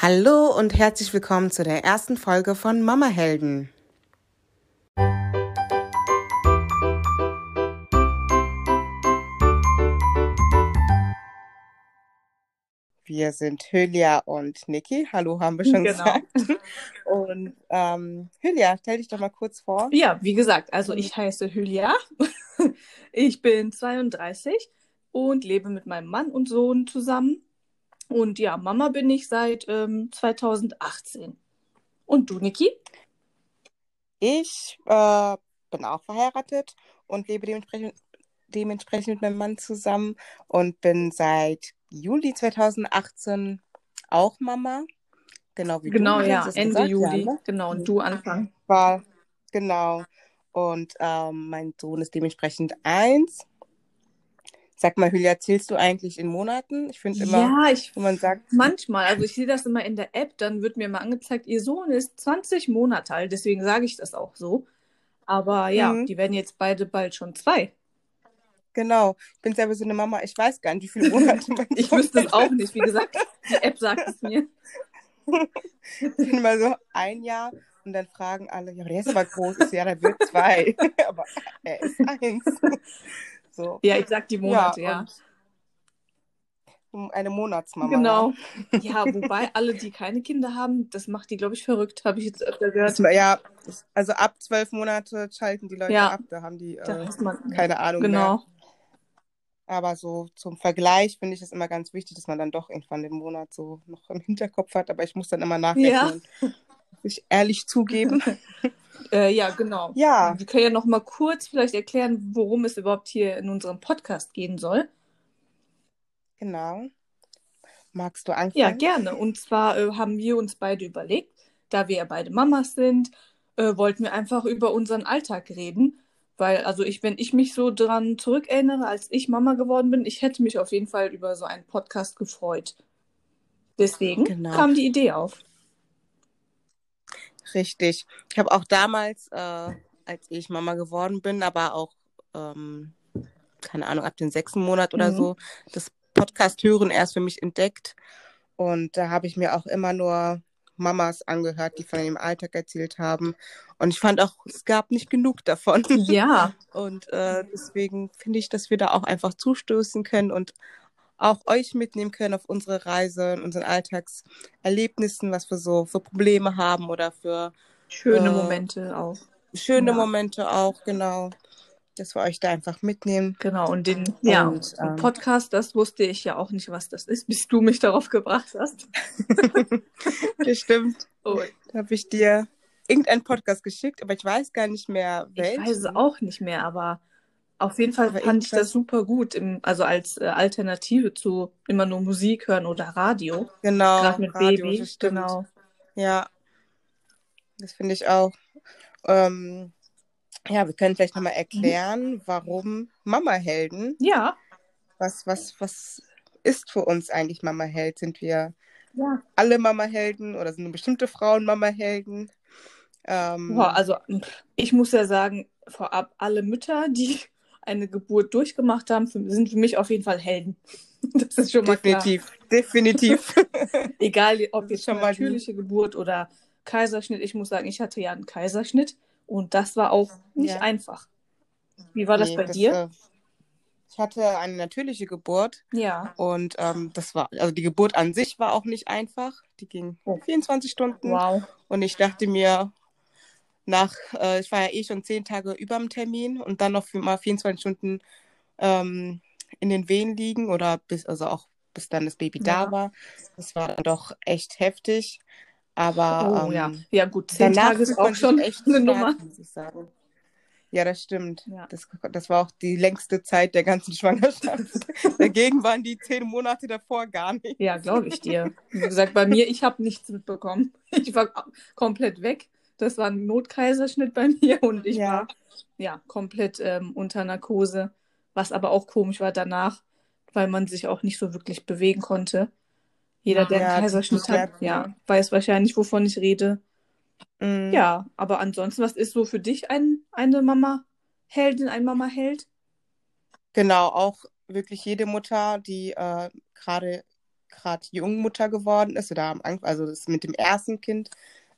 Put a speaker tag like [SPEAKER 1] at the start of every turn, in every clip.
[SPEAKER 1] Hallo und herzlich willkommen zu der ersten Folge von Mama Helden. Wir sind Hülya und Niki. Hallo, haben wir schon
[SPEAKER 2] Genau.
[SPEAKER 1] gesagt. Und ähm, Hülya, stell dich doch mal kurz vor.
[SPEAKER 2] Ja, wie gesagt, also ich heiße Hülya. Ich bin 32 und lebe mit meinem Mann und Sohn zusammen. Und ja, Mama bin ich seit ähm, 2018. Und du, Niki?
[SPEAKER 1] Ich äh, bin auch verheiratet und lebe dementsprechend, dementsprechend mit meinem Mann zusammen und bin seit Juli 2018 auch Mama. Genau wie
[SPEAKER 2] Genau,
[SPEAKER 1] du.
[SPEAKER 2] ja,
[SPEAKER 1] hast es
[SPEAKER 2] Ende
[SPEAKER 1] gesagt,
[SPEAKER 2] Juli.
[SPEAKER 1] ne?
[SPEAKER 2] Genau, und du Anfang.
[SPEAKER 1] War, genau. Und ähm, mein Sohn ist dementsprechend eins. Sag mal, Hülya, zählst du eigentlich in Monaten? Ich finde immer,
[SPEAKER 2] Ja, ich
[SPEAKER 1] wenn man sagt,
[SPEAKER 2] manchmal, also ich sehe das immer in der App, dann wird mir mal angezeigt, ihr Sohn ist 20 Monate alt, deswegen sage ich das auch so. Aber ja,
[SPEAKER 1] Mhm.
[SPEAKER 2] die werden jetzt beide bald schon zwei.
[SPEAKER 1] genau, ich bin selber so eine Mama, ich weiß gar nicht, wie viele Monate mein
[SPEAKER 2] Ich
[SPEAKER 1] Sohn
[SPEAKER 2] wüsste
[SPEAKER 1] ist.
[SPEAKER 2] es auch nicht, wie gesagt, die App sagt es mir.
[SPEAKER 1] bin immer so ein Jahr und dann fragen alle, ja, aber der ist aber groß, ist ja, der wird zwei, aber er ist eins. So,
[SPEAKER 2] Ja, ich sag die Monate, ja.
[SPEAKER 1] und um eine Monatsmama. ne?
[SPEAKER 2] Genau. Ja, wobei alle, die keine Kinder haben, das macht die, glaube ich, verrückt, habe ich jetzt öfter
[SPEAKER 1] Das,
[SPEAKER 2] gehört.
[SPEAKER 1] war- ja, also ab zwölf Monate schalten die Leute
[SPEAKER 2] Ja.
[SPEAKER 1] ab, da haben die
[SPEAKER 2] Da
[SPEAKER 1] äh,
[SPEAKER 2] hast man
[SPEAKER 1] keine Ahnung mehr.
[SPEAKER 2] Genau.
[SPEAKER 1] Aber so zum Vergleich finde ich es immer ganz wichtig, dass man dann doch irgendwann den Monat so noch im Hinterkopf hat, aber ich muss dann immer nachrechnen. Muss Ich ehrlich zugeben.
[SPEAKER 2] Äh, ja, genau.
[SPEAKER 1] Ja,
[SPEAKER 2] Wir können ja noch mal kurz vielleicht erklären, worum es überhaupt hier in unserem Podcast gehen soll.
[SPEAKER 1] genau. Magst du
[SPEAKER 2] Ja,
[SPEAKER 1] anfangen?
[SPEAKER 2] gerne. Und zwar äh, haben wir uns beide überlegt, da wir ja beide Mamas sind, äh, wollten wir einfach über unseren Alltag reden. Weil, also ich, wenn ich mich so dran zurückerinnere, als ich Mama geworden bin, ich hätte mich auf jeden Fall über so einen Podcast gefreut. Deswegen
[SPEAKER 1] Genau.
[SPEAKER 2] kam die Idee auf.
[SPEAKER 1] Richtig. Ich habe auch damals, äh, als ich Mama geworden bin, aber auch, ähm, keine Ahnung, ab dem sechsten Monat oder
[SPEAKER 2] Mhm.
[SPEAKER 1] so, das Podcast Hören erst für mich entdeckt. Und da habe ich mir auch immer nur Mamas angehört, die von ihrem Alltag erzählt haben. Und ich fand auch, es gab nicht genug davon.
[SPEAKER 2] Ja,
[SPEAKER 1] Und äh, deswegen finde ich, dass wir da auch einfach zustoßen können und auch euch mitnehmen können auf unsere Reise und unseren Alltagserlebnissen, was wir so für Probleme haben oder für
[SPEAKER 2] schöne
[SPEAKER 1] Äh,
[SPEAKER 2] Momente auch.
[SPEAKER 1] schöne
[SPEAKER 2] Ja.
[SPEAKER 1] Momente auch, genau. Dass wir euch da einfach mitnehmen.
[SPEAKER 2] Genau. Und den, ja,
[SPEAKER 1] Und, ähm,
[SPEAKER 2] Podcast, das wusste ich ja auch nicht, was das ist, bis du mich darauf gebracht hast.
[SPEAKER 1] das stimmt.
[SPEAKER 2] Und
[SPEAKER 1] Da habe ich dir irgendeinen Podcast geschickt, aber ich weiß gar nicht mehr,
[SPEAKER 2] Ich
[SPEAKER 1] welchen.
[SPEAKER 2] weiß es auch nicht mehr, aber auf jeden Fall
[SPEAKER 1] Aber
[SPEAKER 2] fand ich
[SPEAKER 1] irgendwas-
[SPEAKER 2] das super gut, im, also als äh, Alternative zu immer nur Musik hören oder Radio,
[SPEAKER 1] Genau,
[SPEAKER 2] gerade mit
[SPEAKER 1] Radio,
[SPEAKER 2] Baby.
[SPEAKER 1] das stimmt.
[SPEAKER 2] Genau.
[SPEAKER 1] Ja, das finde ich auch. Ähm, ja, wir können vielleicht
[SPEAKER 2] Mhm.
[SPEAKER 1] nochmal erklären, warum Mama-Helden,
[SPEAKER 2] Ja,
[SPEAKER 1] was, was, was ist für uns eigentlich Mama-Held? Sind wir
[SPEAKER 2] ja.
[SPEAKER 1] alle Mama-Helden oder sind nur bestimmte Frauen Mama-Helden? Ähm,
[SPEAKER 2] Boah, also pff, ich muss ja sagen, vorab alle Mütter, die eine Geburt durchgemacht haben, für, sind für mich auf jeden Fall Helden. Das ist schon mal klar.
[SPEAKER 1] Definitiv, definitiv.
[SPEAKER 2] Egal, ob
[SPEAKER 1] Das
[SPEAKER 2] jetzt
[SPEAKER 1] ist schon mal die-
[SPEAKER 2] natürliche Geburt oder Kaiserschnitt. Ich muss sagen, ich hatte ja einen Kaiserschnitt und das war auch nicht
[SPEAKER 1] Ja.
[SPEAKER 2] einfach. Wie war das
[SPEAKER 1] Nee,
[SPEAKER 2] bei dir?
[SPEAKER 1] äh, ich hatte eine natürliche Geburt
[SPEAKER 2] ja.
[SPEAKER 1] und ähm, das war, also die Geburt an sich war auch nicht einfach. Die ging
[SPEAKER 2] Oh.
[SPEAKER 1] 24 Stunden
[SPEAKER 2] Wow.
[SPEAKER 1] und ich dachte mir, nach, äh, ich war ja eh schon zehn Tage über dem Termin und dann noch mal 24 Stunden ähm, in den Wehen liegen oder bis, also auch bis dann das Baby
[SPEAKER 2] Ja.
[SPEAKER 1] da war. Das war dann doch echt heftig. Aber
[SPEAKER 2] Oh ja,
[SPEAKER 1] ähm,
[SPEAKER 2] ja gut, zehn Tage ist
[SPEAKER 1] fühlt
[SPEAKER 2] auch
[SPEAKER 1] man sich
[SPEAKER 2] schon
[SPEAKER 1] echt
[SPEAKER 2] eine
[SPEAKER 1] stark,
[SPEAKER 2] Nummer.
[SPEAKER 1] Muss ich sagen. Ja, das stimmt.
[SPEAKER 2] Ja.
[SPEAKER 1] Das, das war auch die längste Zeit der ganzen Schwangerschaft. Dagegen waren die zehn Monate davor gar nicht.
[SPEAKER 2] Ja, glaube ich dir. Wie gesagt, bei mir, ich habe nichts mitbekommen. Ich war komplett weg. Das war ein Notkaiserschnitt bei mir und ich
[SPEAKER 1] Ja.
[SPEAKER 2] war ja komplett ähm, unter Narkose, was aber auch komisch war danach, weil man sich auch nicht so wirklich bewegen konnte. Jeder, der
[SPEAKER 1] Ja,
[SPEAKER 2] einen
[SPEAKER 1] die
[SPEAKER 2] Kaiserschnitt hat,
[SPEAKER 1] Schmerzen.
[SPEAKER 2] ja, weiß wahrscheinlich, wovon ich rede.
[SPEAKER 1] Mhm.
[SPEAKER 2] Ja, aber ansonsten, was ist so für dich ein, eine Mama-Heldin, ein Mama-Held?
[SPEAKER 1] Genau, auch wirklich jede Mutter, die äh, gerade gerade Jungmutter geworden ist oder am Anfang, also das mit dem ersten Kind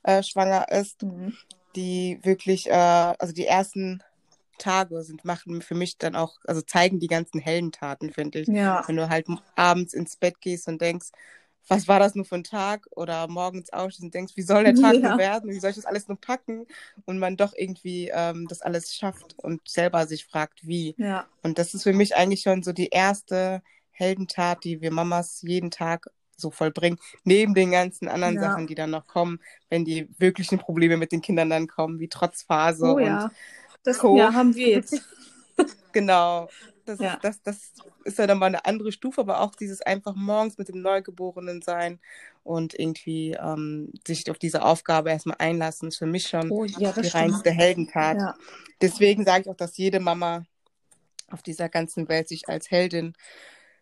[SPEAKER 1] äh, schwanger ist,
[SPEAKER 2] Mhm.
[SPEAKER 1] die wirklich, äh, also die ersten Tage sind, machen für mich dann auch, also zeigen die ganzen Heldentaten, finde ich.
[SPEAKER 2] Ja.
[SPEAKER 1] Wenn du halt m- abends ins Bett gehst und denkst, was war das nur für ein Tag? Oder morgens aufstehst und denkst, wie soll der Tag
[SPEAKER 2] Ja.
[SPEAKER 1] nur werden? Wie soll ich das alles nur packen? Und man doch irgendwie ähm, das alles schafft und selber sich fragt, wie.
[SPEAKER 2] Ja.
[SPEAKER 1] Und das ist für mich eigentlich schon so die erste Heldentat, die wir Mamas jeden Tag so vollbringen. Neben den ganzen anderen
[SPEAKER 2] Ja.
[SPEAKER 1] Sachen, die dann noch kommen, wenn die wirklichen Probleme mit den Kindern dann kommen, wie Trotzphase
[SPEAKER 2] Oh
[SPEAKER 1] und
[SPEAKER 2] ja. Das
[SPEAKER 1] Co.
[SPEAKER 2] ja, haben wir jetzt.
[SPEAKER 1] Genau. Das,
[SPEAKER 2] Ja.
[SPEAKER 1] das, das ist ja dann mal eine andere Stufe, aber auch dieses einfach morgens mit dem Neugeborenen sein und irgendwie ähm, sich auf diese Aufgabe erstmal einlassen, ist für mich schon
[SPEAKER 2] Oh ja, das
[SPEAKER 1] die
[SPEAKER 2] stimmt.
[SPEAKER 1] reinste Heldentat.
[SPEAKER 2] Ja.
[SPEAKER 1] Deswegen sage ich auch, dass jede Mama auf dieser ganzen Welt sich als Heldin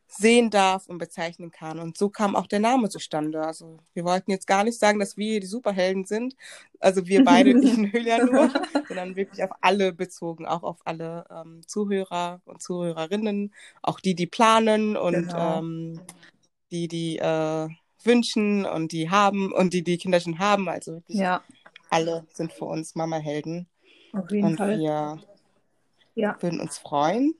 [SPEAKER 1] sehen darf und bezeichnen kann. Und so kam auch der Name zustande. Also wir wollten jetzt gar nicht sagen, dass wir die Superhelden sind. Also wir beide, ich und Hülya nur, sondern wirklich auf alle bezogen, auch auf alle ähm, Zuhörer und Zuhörerinnen, auch die, die planen und
[SPEAKER 2] Genau.
[SPEAKER 1] ähm, die, die äh, wünschen und die haben und die, die Kinder schon haben. Also wirklich
[SPEAKER 2] Ja,
[SPEAKER 1] alle sind für uns Mama-Helden.
[SPEAKER 2] auf jeden
[SPEAKER 1] Und
[SPEAKER 2] Fall.
[SPEAKER 1] wir
[SPEAKER 2] Ja.
[SPEAKER 1] würden uns freuen,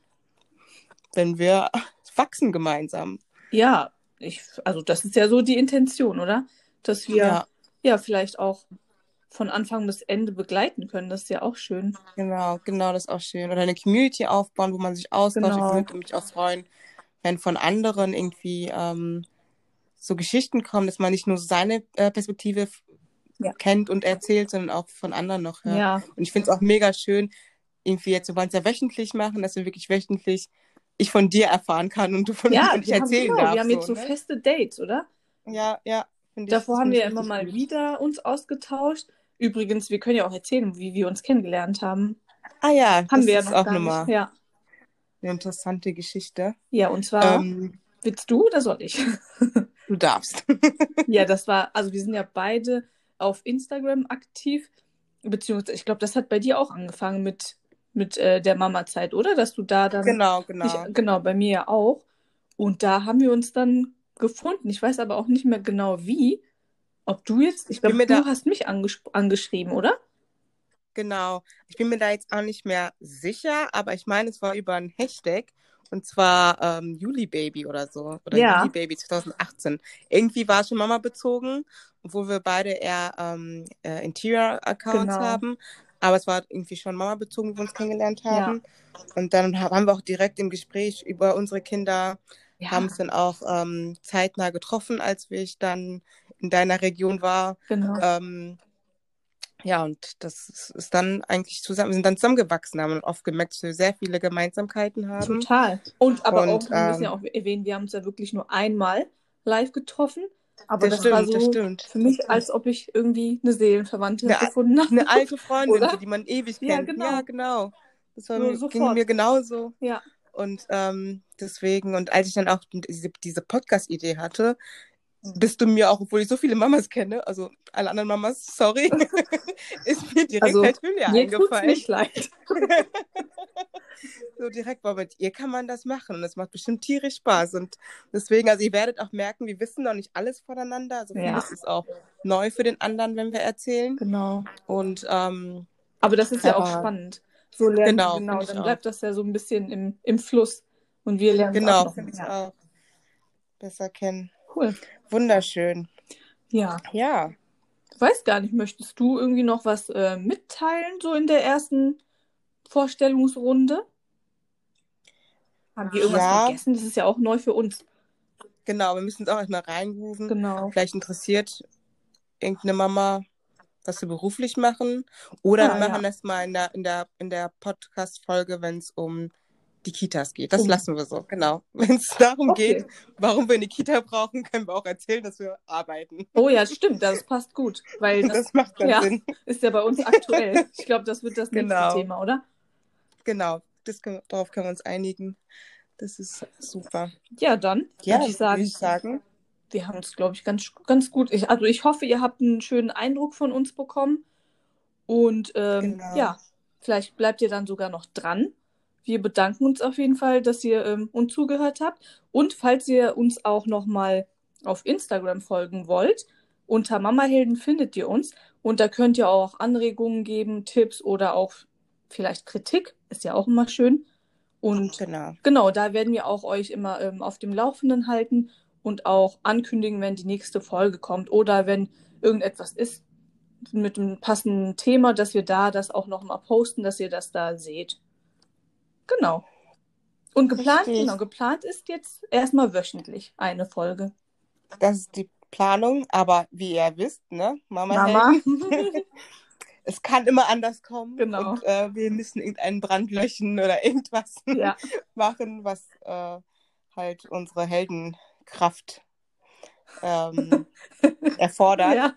[SPEAKER 1] wenn wir wachsen gemeinsam.
[SPEAKER 2] Ja, ich, also das ist ja so die Intention, oder? Dass wir ja, vielleicht auch von Anfang bis Ende begleiten können. Das ist ja auch schön.
[SPEAKER 1] Genau, genau, das ist auch schön. Oder eine Community aufbauen, wo man sich austauscht.
[SPEAKER 2] Genau.
[SPEAKER 1] Ich würde mich auch freuen, wenn von anderen irgendwie ähm, so Geschichten kommen, dass man nicht nur seine äh, Perspektive f-
[SPEAKER 2] Ja.
[SPEAKER 1] kennt und erzählt, sondern auch von anderen noch hört.
[SPEAKER 2] Ja,
[SPEAKER 1] Und ich finde es auch mega schön, irgendwie jetzt, wir wollen es ja wöchentlich machen, dass wir wirklich wöchentlich ich von dir erfahren kann und du von mir
[SPEAKER 2] ja,
[SPEAKER 1] und ich
[SPEAKER 2] wir haben,
[SPEAKER 1] erzählen
[SPEAKER 2] genau,
[SPEAKER 1] darf.
[SPEAKER 2] wir haben jetzt so
[SPEAKER 1] ne?
[SPEAKER 2] feste Dates, oder?
[SPEAKER 1] Ja, ja, finde ich.
[SPEAKER 2] Davor
[SPEAKER 1] das
[SPEAKER 2] haben
[SPEAKER 1] finde
[SPEAKER 2] wir
[SPEAKER 1] ich
[SPEAKER 2] ja immer
[SPEAKER 1] richtig
[SPEAKER 2] mal
[SPEAKER 1] gut.
[SPEAKER 2] wieder uns ausgetauscht. Übrigens, wir können ja auch erzählen, wie wir uns kennengelernt haben.
[SPEAKER 1] Ah ja,
[SPEAKER 2] Haben
[SPEAKER 1] das
[SPEAKER 2] wir ja
[SPEAKER 1] ist
[SPEAKER 2] noch
[SPEAKER 1] auch
[SPEAKER 2] gar nicht.
[SPEAKER 1] nochmal
[SPEAKER 2] Ja,
[SPEAKER 1] eine interessante Geschichte.
[SPEAKER 2] ja, und zwar,
[SPEAKER 1] Ähm,
[SPEAKER 2] willst du oder soll ich?
[SPEAKER 1] du darfst.
[SPEAKER 2] Ja, das war, also wir sind ja beide auf Instagram aktiv, beziehungsweise ich glaube, das hat bei dir auch angefangen mit, mit äh, der Mama-Zeit, oder? Dass du da dann,
[SPEAKER 1] Genau,
[SPEAKER 2] ich,
[SPEAKER 1] genau.
[SPEAKER 2] genau, bei mir ja auch. Und da haben wir uns dann gefunden. Ich weiß aber auch nicht mehr genau wie. Ob du jetzt, ich glaube,
[SPEAKER 1] Bin mir
[SPEAKER 2] du
[SPEAKER 1] da-
[SPEAKER 2] hast mich anges angeschrieben, oder?
[SPEAKER 1] Genau. Ich bin mir da jetzt auch nicht mehr sicher, aber ich meine, es war über ein Hashtag und zwar ähm, Julibaby oder so oder
[SPEAKER 2] Ja.
[SPEAKER 1] Julibaby 2018. Irgendwie war es schon Mama bezogen, obwohl wir beide eher ähm, äh, Interior-Accounts
[SPEAKER 2] Genau.
[SPEAKER 1] haben, aber es war halt irgendwie schon Mama bezogen, wie wir uns kennengelernt
[SPEAKER 2] Ja.
[SPEAKER 1] haben. Und dann ha- haben wir auch direkt im Gespräch über unsere Kinder, haben
[SPEAKER 2] Ja,
[SPEAKER 1] uns dann auch ähm, zeitnah getroffen, als ich dann in deiner Region war.
[SPEAKER 2] genau.
[SPEAKER 1] Ähm, ja, und das ist- ist dann eigentlich zusammen, wir sind dann zusammengewachsen, haben oft gemerkt, dass wir sehr viele Gemeinsamkeiten haben.
[SPEAKER 2] Total. Und aber auch,
[SPEAKER 1] Und,
[SPEAKER 2] wir müssen ja
[SPEAKER 1] ähm,
[SPEAKER 2] auch erwähnen, wir haben uns ja wirklich nur einmal live getroffen. Aber
[SPEAKER 1] Das
[SPEAKER 2] das war
[SPEAKER 1] stimmt, das
[SPEAKER 2] so
[SPEAKER 1] stimmt.
[SPEAKER 2] für mich, als ob ich irgendwie eine Seelenverwandte
[SPEAKER 1] Eine,
[SPEAKER 2] gefunden habe.
[SPEAKER 1] eine alte Freundin,
[SPEAKER 2] Oder?
[SPEAKER 1] so, die man ewig
[SPEAKER 2] Ja,
[SPEAKER 1] kennt. Ja,
[SPEAKER 2] genau.
[SPEAKER 1] genau. Das war
[SPEAKER 2] Nur
[SPEAKER 1] mir, ging
[SPEAKER 2] sofort.
[SPEAKER 1] mir genauso.
[SPEAKER 2] Ja.
[SPEAKER 1] Und ähm, deswegen, und als ich dann auch diese, diese Podcast-Idee hatte, bist du mir auch, obwohl ich so viele Mamas kenne, also alle anderen Mamas, sorry, ist mir direkt
[SPEAKER 2] Also,
[SPEAKER 1] halt Julia
[SPEAKER 2] mir tut's
[SPEAKER 1] eingefallen.
[SPEAKER 2] nicht leid.
[SPEAKER 1] So direkt, boah, mit ihr kann man das machen und das macht bestimmt tierisch Spaß. Und deswegen, also ihr werdet auch merken, wir wissen noch nicht alles voneinander. Also
[SPEAKER 2] Ja.
[SPEAKER 1] vieles ist auch neu für den anderen, wenn wir erzählen.
[SPEAKER 2] Genau.
[SPEAKER 1] Und ähm,
[SPEAKER 2] Aber das ist ja auch
[SPEAKER 1] Aber-
[SPEAKER 2] spannend. So lernen,
[SPEAKER 1] Genau,
[SPEAKER 2] genau,
[SPEAKER 1] finde ich
[SPEAKER 2] dann
[SPEAKER 1] auch.
[SPEAKER 2] bleibt das ja so ein bisschen im, im Fluss. Und wir lernen es auch
[SPEAKER 1] genau,
[SPEAKER 2] noch.
[SPEAKER 1] finde ich
[SPEAKER 2] Ja.
[SPEAKER 1] auch besser kennen.
[SPEAKER 2] Cool.
[SPEAKER 1] Wunderschön.
[SPEAKER 2] Ja.
[SPEAKER 1] Ja.
[SPEAKER 2] Weiß gar nicht, möchtest du irgendwie noch was äh, mitteilen, so in der ersten Vorstellungsrunde? Haben wir irgendwas
[SPEAKER 1] Ja.
[SPEAKER 2] vergessen? Das ist ja auch neu für uns.
[SPEAKER 1] Genau, wir müssen uns auch erstmal reingrooven.
[SPEAKER 2] Genau.
[SPEAKER 1] Vielleicht interessiert irgendeine Mama, was wir beruflich machen. Oder
[SPEAKER 2] Ah,
[SPEAKER 1] wir machen
[SPEAKER 2] ja.
[SPEAKER 1] das mal in der, in der, in der Podcast-Folge, wenn es um die Kitas geht. Das
[SPEAKER 2] Um-
[SPEAKER 1] lassen wir so, genau. Wenn es darum
[SPEAKER 2] Okay.
[SPEAKER 1] geht, warum wir eine Kita brauchen, können wir auch erzählen, dass wir arbeiten.
[SPEAKER 2] Oh ja, stimmt, das passt gut, weil das
[SPEAKER 1] Das macht dann
[SPEAKER 2] ja,
[SPEAKER 1] Sinn.
[SPEAKER 2] ist ja bei uns aktuell. Ich glaube, das wird das nächste
[SPEAKER 1] Genau.
[SPEAKER 2] Thema, oder?
[SPEAKER 1] Genau, das können, wir- darauf können wir uns einigen. Das ist super.
[SPEAKER 2] Ja, dann
[SPEAKER 1] Ja,
[SPEAKER 2] würde ich
[SPEAKER 1] würde
[SPEAKER 2] sagen,
[SPEAKER 1] ich sagen.
[SPEAKER 2] wir haben es, glaube ich, ganz, ganz gut. Ich, also ich hoffe, ihr habt einen schönen Eindruck von uns bekommen. Und ähm,
[SPEAKER 1] Genau.
[SPEAKER 2] ja, vielleicht bleibt ihr dann sogar noch dran. Wir bedanken uns auf jeden Fall, dass ihr ähm, uns zugehört habt. Und falls ihr uns auch nochmal auf Instagram folgen wollt, unter Mamahelden findet ihr uns und da könnt ihr auch Anregungen geben, Tipps oder auch vielleicht Kritik, ist ja auch immer schön. Und
[SPEAKER 1] Genau.
[SPEAKER 2] Genau, da werden wir auch euch immer ähm, auf dem Laufenden halten und auch ankündigen, wenn die nächste Folge kommt oder wenn irgendetwas ist mit einem passenden Thema, dass wir da das auch nochmal posten, dass ihr das da seht. Genau. Und geplant,
[SPEAKER 1] Richtig.
[SPEAKER 2] genau, geplant ist jetzt erstmal wöchentlich eine Folge.
[SPEAKER 1] Das ist die Planung, aber wie ihr wisst, ne, Mama,
[SPEAKER 2] Mama.
[SPEAKER 1] Helden, es kann immer anders kommen.
[SPEAKER 2] Genau.
[SPEAKER 1] Und äh, wir müssen irgendeinen Brand löschen oder irgendwas
[SPEAKER 2] ja,
[SPEAKER 1] machen, was äh, halt unsere Heldenkraft ähm, erfordert.
[SPEAKER 2] ja.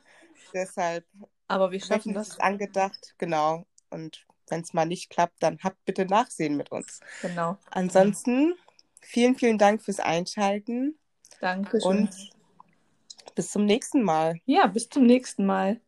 [SPEAKER 1] Deshalb
[SPEAKER 2] Aber wir schaffen
[SPEAKER 1] wöchentlich
[SPEAKER 2] das.
[SPEAKER 1] ist angedacht, genau. Und wenn es mal nicht klappt, dann habt bitte Nachsehen mit uns.
[SPEAKER 2] Genau.
[SPEAKER 1] Ansonsten vielen, vielen Dank fürs Einschalten
[SPEAKER 2] Dankeschön.
[SPEAKER 1] und bis zum nächsten Mal.
[SPEAKER 2] Ja, bis zum nächsten Mal.